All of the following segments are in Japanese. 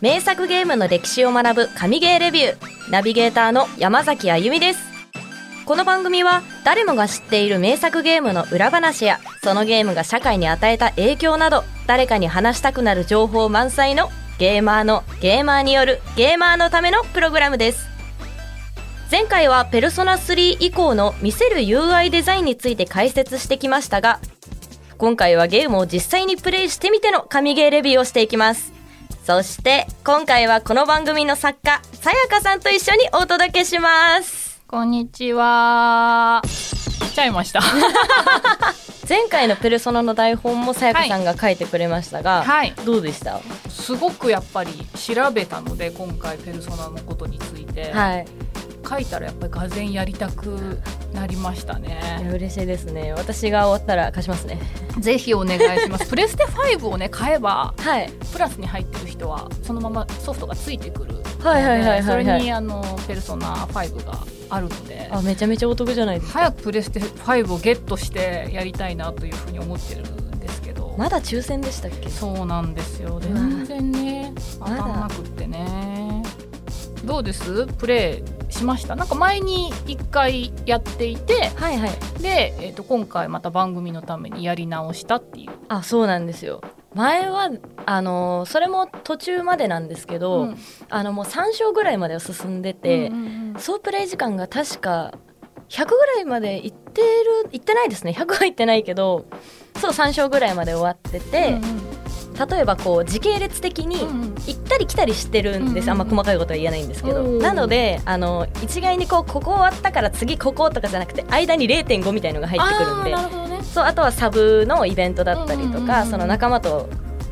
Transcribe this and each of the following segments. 名作ゲームの歴史を学ぶ神ゲーレビューナビゲーターの山崎あゆみですこの番組は誰もが知っている名作ゲームの裏話やそのゲームが社会に与えた影響など誰かに話したくなる情報満載のゲーマーのゲーマーによるゲーマーのためのプログラムです前回は「ペルソナ3以降の見せる UI デザインについて解説してきましたが今回はゲームを実際にプレイしてみての神ゲーレビューをしていきますそして今回はこの番組の作家さやかさんと一緒にお届けしますこんにちは。来ちゃいました。前回の「ペルソナ」の台本もさやかさんが書いてくれましたが、はい。どうでしたすごくやっぱり調べたので、今回ペルソナのことについて、はい書いたらやっぱりがぜんやりたくなりましたいやね。嬉しいですね私が終わったら貸しますねぜひお願いします。 プレステ5をね買えばはいプラスに入ってる人はそのままソフトがついてくるので。はいはいはいはいはいそれにあのペルソナ5があるので。あめちゃめちゃお得じゃないですか早くプレステ5をゲットしてやりたいなというふうに思ってるんですけど。まだ抽選でしたっけそうなんですうよわ全然ね当まだたんなくってねどうですプレイしましたなんか前に1回やっていてはいはいで、えー、と今回また番組のためにやり直したっていう、あそうなんですよ前はあのそれも途中までなんですけど、うんあのもう3章ぐらいまでは進んでてう、んうんうん総プレイ時間が確か100ぐらいまで行ってる行ってないですね100は行ってないけどそう3章ぐらいまで終わってて、例えばこう時系列的に、うんうん行ったり来たりしてるんです、うんうんうんあんま細かいことは言えないんですけど、うんなのであの一概にこうここ終わったから次こことかじゃなくて間に0.5みたいのが入ってくるんであーなるほどねそうあとはサブのイベントだったりとか、うんうんうんうんその仲間と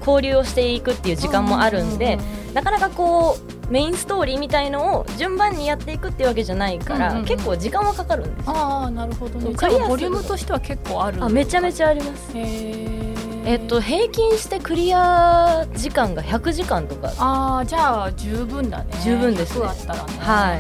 交流をしていくっていう時間もあるんで、なかなかこうメインストーリーみたいのを順番にやっていくっていうわけじゃないから、うんうんうん結構時間はかかるんですああなるほどそうねじクリアすゃるあボリュームとしては結構あるあめちゃめちゃゃありますへええっと平均してクリア時間が100時間とかああじゃあ十分だね十分ですね100あったらねは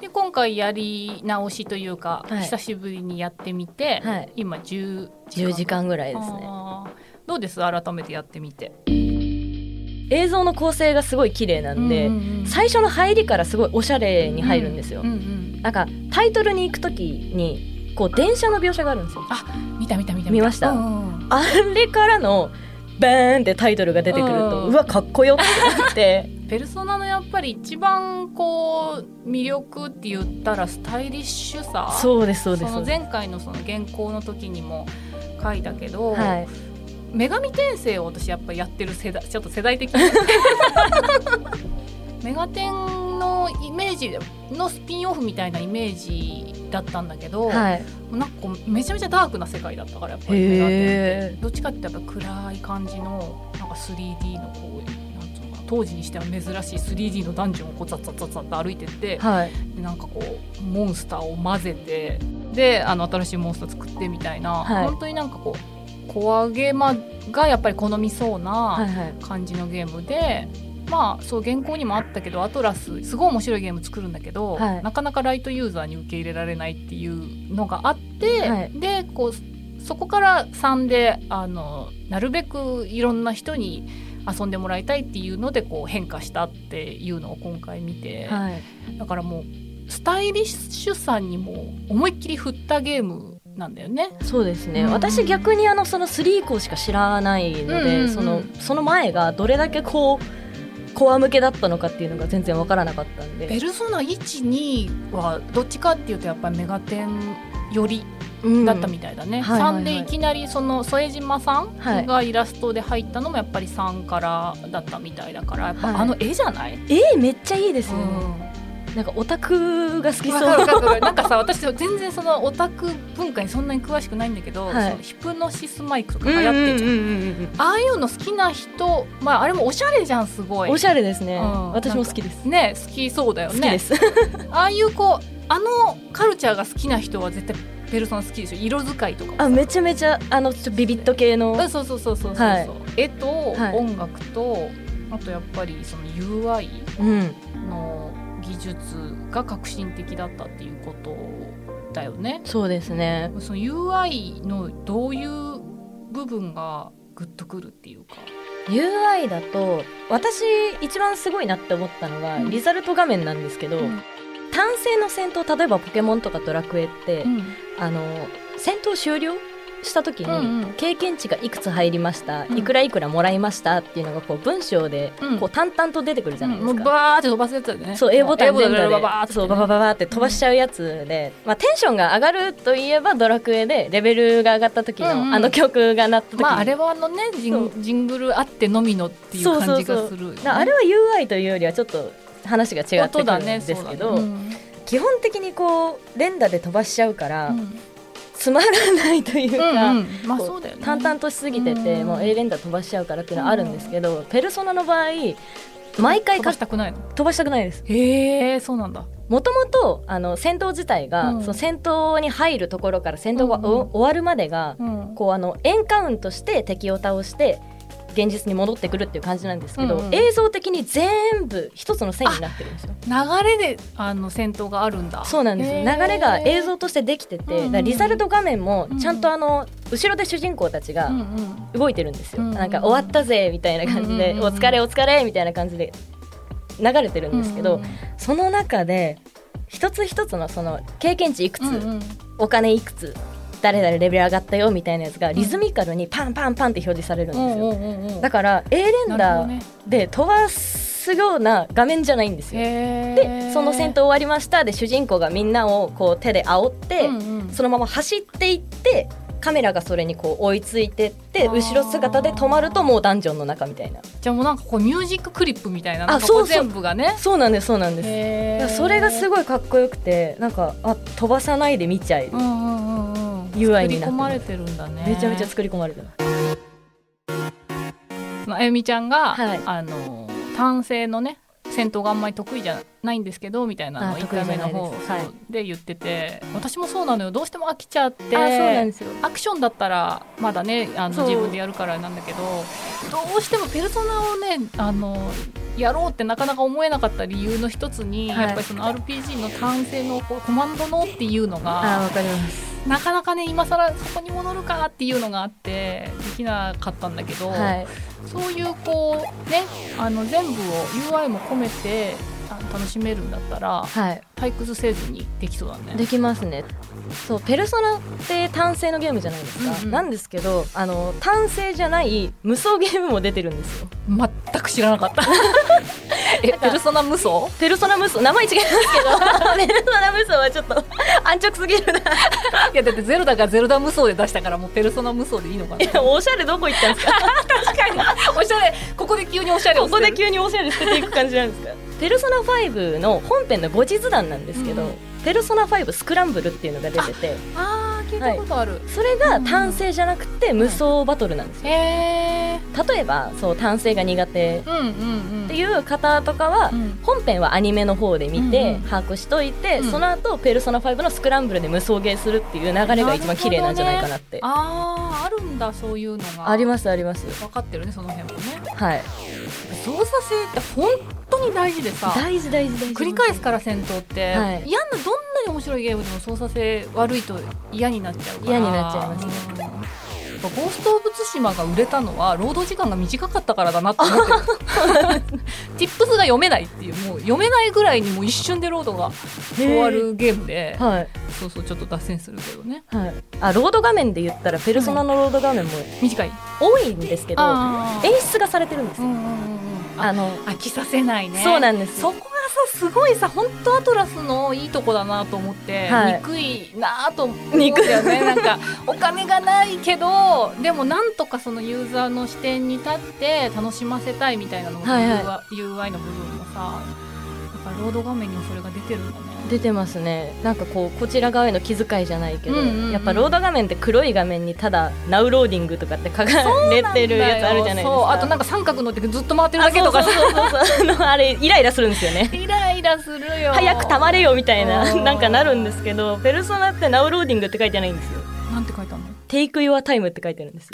いで今回やり直しというか、はい久しぶりにやってみて、はい今10 10時間ぐらいですねあーどうです改めてやってみて映像の構成がすごい綺麗なんで、最初の入りからすごいおしゃれに入るんですよ、ううんなんかタイトルに行く時にこう電車の描写があるんですようん見た見た見た見ましたうんうんあれからのバーンってタイトルが出てくると、ううんわかっこよってなって ペルソナのやっぱり一番こう魅力って言ったらスタイリッシュさそうですそうですその前回のその原稿の時にも書いたけど、はい、女神転生を私やっぱやってる世代ちょっと世代的にメガテンのイメージのスピンオフみたいなイメージだったんだけど、はい、なんかこうめちゃめちゃダークな世界だったからやっぱりメガテンへえどっちかっていうとやっぱ暗い感じのなんか 3D のこうなんつうのかな当時にしては珍しい 3D のダンジョンをこうザッザッザッザッと歩いてって、はいでなんかこうモンスターを混ぜてであの新しいモンスター作ってみたいな、はい本当になんかこうコアゲーマーがやっぱり好みそうはいなはい感じのゲームで。まあそう原稿にもあったけどアトラスすごい面白いゲーム作るんだけど、はいなかなかライトユーザーに受け入れられないっていうのがあって、はいでこうそこから3であのなるべくいろんな人に遊んでもらいたいっていうのでこう変化したっていうのを今回見て、はいだからもうスタイリッシュさにも思いっきり振ったゲームなんだよね。そうですね、うん私逆にあのその3以降しか知らないので、うんうんうんそのその前がどれだけこうコア向けだったのかっていうのが全然わからなかったんペで、ルソナ12はどっちかっていうとやっぱりメガテンよりうんだったみたいだね、んはいはいはい3でいきなりその副島さはいんがイラストで入ったのもやっぱり3からだったみたいだからやっはいぱあの絵じゃない、えー、めっちゃいいですうよね、んなんかオタクが好きわかそるわうかるわかるなんかさ私全然そのオタク文化にそんなに詳しくないんだけど、はいそのヒプノシスマイクとか流流行行っっててるるじゃん,、うんああいうの好きな人まああれもおしゃれじゃんすごいおしゃれですね、うん私も好きです、ね好きそうだよ好ねきですああいうこうあのカルチャーが好きな人は絶対ペルソナ好きでしょ色使いとかもさあめちゃめちゃあのちょっとビビット系のうんそうそうそうそうそうそう、はい絵とはい音楽と、あとやっぱりその UI うんの技術が革新的だったっていうことだよねそうですねその UI のどういう部分がグッとくるっていうか UI だと私一番すごいなって思ったのが、うんリザルト画面なんですけど、うん単性の戦闘例えばポケモンとかドラクエって、あの戦闘終了した時に、うんうん経験値がいくつ入りました、うんいくらいくらもらいましたっていうのがこう文章でうんこう淡々と出てくるじゃないですもうか。バーって飛ばすやつだよねそう A ボタン連打でババーってねそうババババーって飛ばしちゃうやつで、まあ、テンションが上がるといえばドラクエでレベルが上がった時の、うんうんあの曲が鳴った時に、まああれはあのねジそンジングルあってのみのっていう感じがするよねだからあれは UI というよりはちょっと話が違ってくるんですけど、音だね基本的にこう連打で飛ばしちゃうから、そうだねつまらないといううんか、うんうんまあそうだよね淡々としすぎてて、うんもう A 連打飛ばしちゃうからっていうのはあるんですけど、ペルソナの場合毎回飛ばかしたくないの飛ばしたくないですへえそうなんだもともとあの戦闘自体が、うんその戦闘に入るところから戦闘がお、うん終わるまでが、うんこうあのエンカウントして敵を倒して現実に戻ってくるっていう感じなんですけど、うんうん映像的に全部一つの線になってるんですよ流れであの戦闘があるんだそうなんですよへー流れが映像としてできてて、うんうんだからリザルト画面もうんちゃんとあの後ろで主人公たちうがんうん動いてるんですよ、うんうんなんか終わったぜみたいな感じで、うんうんうんお疲れお疲れみたいな感じで流れてるんですけど、うんその中で一つ一つのその経験値いくつ、うんうんお金いくつ誰々レベル上がったよみたいなやつがリズミカルにパンパンパンって表示されるんですよ、おうおうおうおうだから A レンなるほどダーねで飛ばすような画面じゃないんですよ、でその戦闘終わりましたで主人公がみんなをこう手で煽って、そのまま走っていってカメラがそれにこう追いついてってあー後ろ姿で止まるともうダンジョンの中みたいなじゃあもうなんかこうミュージッククリップみたいなあなんかそこううそう全部がねそうなんですそうなんですだからそれがすいごいかっこよくてなんかあ飛ばさないで見ちゃえうる、んうんうんうん UI 作にりなってる込まれてるんだねめちゃめちゃ作り込まれてるそのあゆみちゃんが、はいあの単性のね戦闘があんまり得意じゃないんですけどみたいなのあを1回目の方得意じゃないですそうで言ってて、私もそうなのよどうしても飽きちゃってあそうなんですよアクションだったらまだねあそのう自分でやるからなんだけどどうしてもペルソナをねあのやろうってなかなか思えなかった理由の一つに、はいやっぱりその RPG の単性のこうコマンドのっていうのあがわかりますなかなかね今更そこに戻るかっていうのがあってできなかったんだけど、はいそういうこうねあの全部を UI も込めてあの楽しめるんだったらはい退屈せずにできそうだね。できますねそうペルソナって単性のゲームじゃないですか、うんうんなんですけどあの単性じゃない無双ゲームも出てるんですよ全く知らなかった。 えペルソナ無双ペルソナ無双名前違いますけ どペルソナ無双はちょっと安直すぎるないやだってゼルダがゼルダ無双で出したからもうペルソナ無双でいいのかな。やおしゃれどこ行ったんですか おしゃれここで急におしゃれをここでに急におしゃれ捨てていく感じなんですかペルソナ5の本編の後日談なんですけど、うんペルソナ5スクランブルっていうのが出ててあー聞いたことある。それが単性じゃなくて無双バトルなんですよ、へえ例えばそう単性が苦手うんうんうん。ってう。いう方とかは、ん、本編はアニメの方で見うんてうん把握しといて、うんその後ペルソナ5のスクランブルで無双ゲーするっていう流れが一番綺麗なんじゃないかなってあーあるんだそういうのが。ありす。ますあります分かってるねその辺もね。はい操作性って本当に大事でさ。大事大事大事繰り返すから戦闘って、はい嫌などんなに面白いゲームでも操作性悪いと嫌になっちゃうか嫌らになっちゃいますねうんやっぱゴースト・オブ・ツシマが売れたのは労働時間が短かったからだなって思って るティップスが読めないっていうもう読めないぐらいにもう一瞬でロードが終わるゲームではいそうそうちょっと脱線するけどねはいあロード画面で言ったらペルソナのロード画面も短い多いんですけどあー演出がされてるんですうよんうんうんうんああの飽きさせないねそうなんですそこがさすごいさ本当アトラスのいいとこだなと思って、はい憎いなと思うんだよねなんかお金がないけどでもなんとかそのユーザーの視点に立って楽しませたいみたいなのが、はい UI の部分もさだからロード画面にもそれが出てるんだね出てますねなんかこうこちら側への気遣いじゃないけど、うんうんうんやっぱロード画面って黒い画面にただ「ナウローディング」とかって書かれてるやつあるじゃないですそうかあとなんか三角乗ってずっと回ってるだけとかあさそうそうそうそうあのあれイライラするんですよ ねイライラするよ早く溜まれよみたいなうんなんかなるんですけどペルソナってナウローディングって書いてないんですよなんて書いたの Take your time って書いてあるんですよ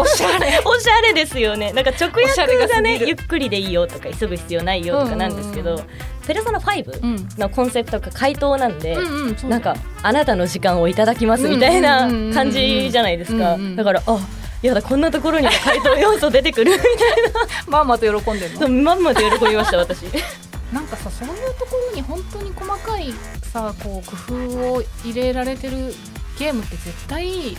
おしゃれおしゃれですよねなんか直おしゃれ訳ががすぎねるゆっくりでいいよとか急ぐ必要ないよとかなんですけど、うんうんペルソナ5うんのコンセプトが回答なんで、うんうんそうだなんよかあなたの時間をいただきますみたいなうんうんうんうん感じじゃないですかうんうんだからあやだこんなところにも回答要素出てくるみたいまあまあと喜んでるなのまんまと喜びました私なんかさそういうところに本当に細かいさこう工夫を入れられてるゲームって絶対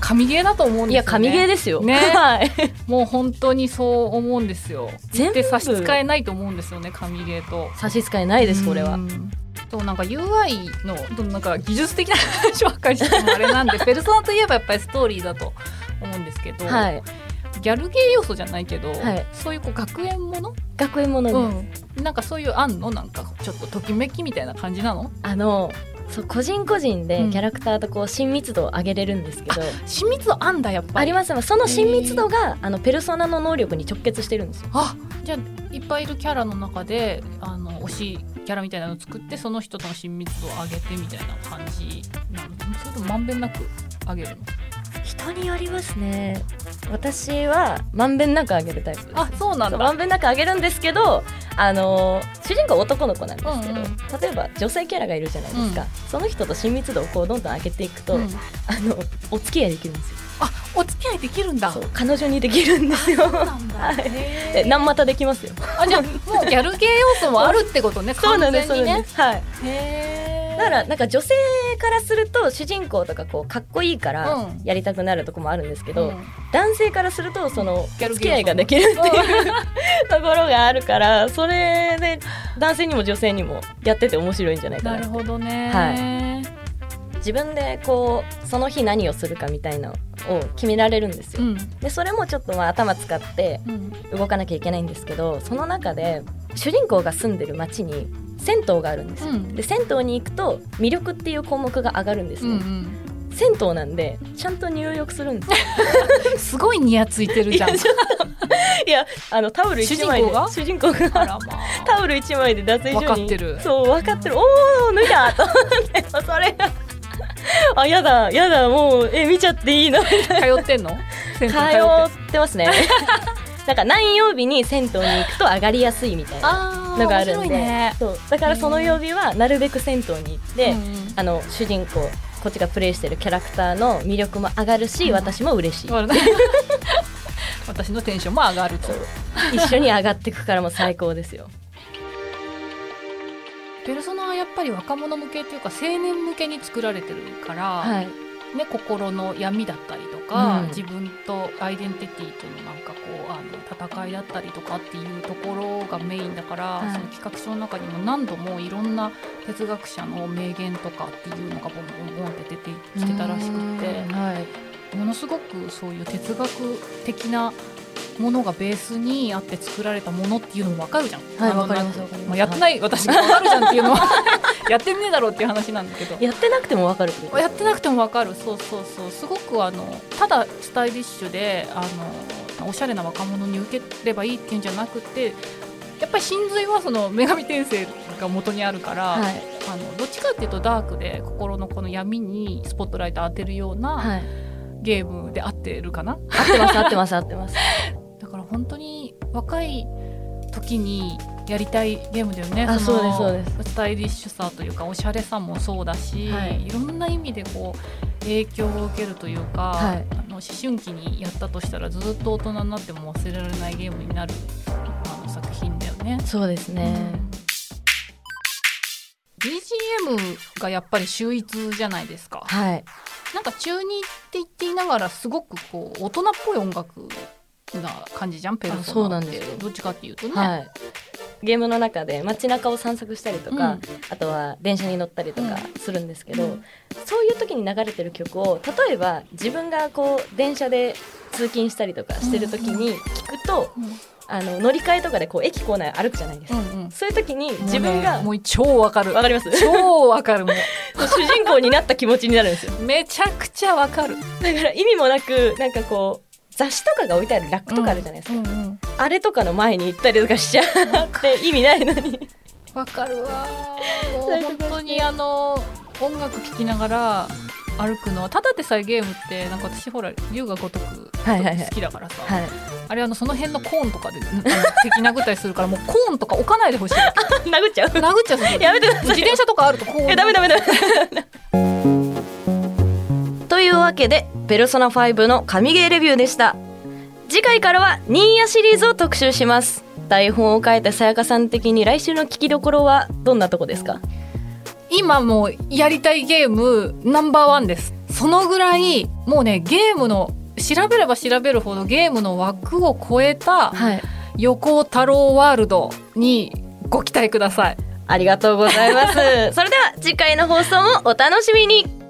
神ゲーだと思うんいですよ、ね、や神ゲーですよねはいもう本当にそう思うんですよ全部で差し支えないと思うんですよね神ゲーと差し支えないですこれうはんそうなんか UI のどんなんか技術的な話ばっかりしてもあれなん でペルソナといえばやっぱりストーリーだと思うんですけど、はいギャルゲー要素じゃないけど、はいそういうこう学園もの、学園ものに、うん、なんかそういうあんのなんかちょっとときめきみたいな感じなのあのそう個人個人うでんキャラクターとこう親密度を上げれるんですけど、親密度あんだやっぱありりますその親密度があのペルソナの能力に直結してるんですよあじゃあいっぱいいるキャラの中であの推しキャラみたいなのを作ってその人との親密度を上げてみたいな感じなのそれともまんべんなく上げるの人によりますね私はまんべんなく上げるタイプですあそうなんそだうまんべんなく上げるんですけどあの主人公男の子なんですけど、うんうん例えば女性キャラがいるじゃないですか、うんその人と親密度をこうどんどん上げていくと、うんあのお付き合いできるんですよあお付き合いできるんだそう彼女にできるんですよそうなんだ、はいへーえ何股できますよあじゃあもうギャル系要素もあるってことねそう完な全んです そうになんねですはいへーだからなんか女性からすると主人公とかこうかっこいいからうんやりたくなるとこもあるんですけど、うん男性からするとそのギャルゲー付き合いができるっていうところがあるからそれで男性にも女性にもやってて面白いんじゃないかな なるほどね、自分でこうその日何をするかみたいなのを決められるんですうよ。んでそれもちょっとまあ頭使ってうん動かなきゃいけないんですけどその中で主人公が住んでる町に銭湯があるんですよ。うんで銭湯に行くと魅力っていう項目が上がるんですうね、ん銭湯なんでちゃんと入浴するんですようん、すごいニヤついてるじゃん。いやあのタオル1枚で主主人公があらまあタオル1枚で脱衣所にわかってるそう分かってるおお脱いだ と思ってそれがあやだやだもうえ見ちゃっていいの通 通ってんの先生通ってってますね なんか何曜日に銭湯に行くと上がりやすいみたいなあのがあるんで、ね、そうだからその曜日はなるべく銭湯に行って、うんあの主人公こっちがプレイしてるキャラクターの魅力も上がるし、うん私も嬉しい わかる私のテンションも上がるとそう一緒に上がってくからも最高です よペルソナはやっぱり若者向けっていうか青年向けに作られてるから、はいね、心の闇だったりとか、うん自分とアイデンティティとのなんかこうあの戦いだったりとかっていうところがメインだから、はいその企画書の中にも何度もいろんな哲学者の名言とかっていうのがボンボンボンって出てきてたらしくて。はいものすごくそういう哲学的なものがベースにあって作られたものっていうのもわかるじゃん。はいあのわかりますわかりますあやってない私がわかるじゃんっていうのは やってねえだろうっていう話なんだけど。やってなくてもわかるってことやってなくてもわかるそうそうそうすごくあのただスタイリッシュであのおしゃれな若者に受ければいいっていうんじゃなくてやっぱり真髄はその女神転生が元にあるから、はいあのどっちかっていうとダークで心のこの闇にスポットライト当てるような、はいゲームで合ってるかな合ってます合ってます合って ますだから本当に若い時にやりたいゲームだよねあのそうですそうですスタイリッシュさというかおしゃれさもそうだし、はいい、ろんな意味でこう影響を受けるというか、はいあの思春期にやったとしたらずっと大人になっても忘れられないゲームになるあの作品だよね。そうですね BGM がやっぱり秀逸じゃないですか。はいなんか中二って言っていながらすごくこう大人っぽい音楽な感じじゃんペルソナってあそうなんですよどっちかっていうとね、はいゲームの中で街中を散策したりとか、うんあとは電車に乗ったりとかするんですけど、うんそういう時に流れてる曲を例えば自分がこう電車で通勤したりとかしてる時に聞くと、うんあの乗り換えとかでこう駅構内歩くじゃないですか、うんうんそういう時に自分がもうねもう超わかるわかり ます超わかるもう主人公になった気持ちになるんですよめちゃくちゃわかるだから意味もなくなんかこう雑誌とかが置いてあるラックとかあるじゃないですか、うんうんあれとかの前に行ったりとかしちゃって意味ないのにわかるわーもそうういうこと本当にあの音楽聴きながら歩くのはただでさえゲームってなんか私ほら龍が如くはいはいはい好きだからさ、はいあれあのその辺のコーンとかでなんか敵殴ったりするからもうコーンとか置かないでほしい 殴っちゃう殴っちゃうやめてください自転車とかあるとこうえダメダメダメ といういうわけで「ペルソナ5」の神ゲーレビューでした次回からはニーヤシリーズを特集します台本を書いたさやかさん的に来週の聞きどころはどんなとこですか今もうやりたいゲームナンバーワンですそのぐらいもうねゲームの調べれば調べるほどゲームの枠を超えたはい横尾太郎ワールドにご期待ください ありがとうございますそれでは次回の放送もお楽しみに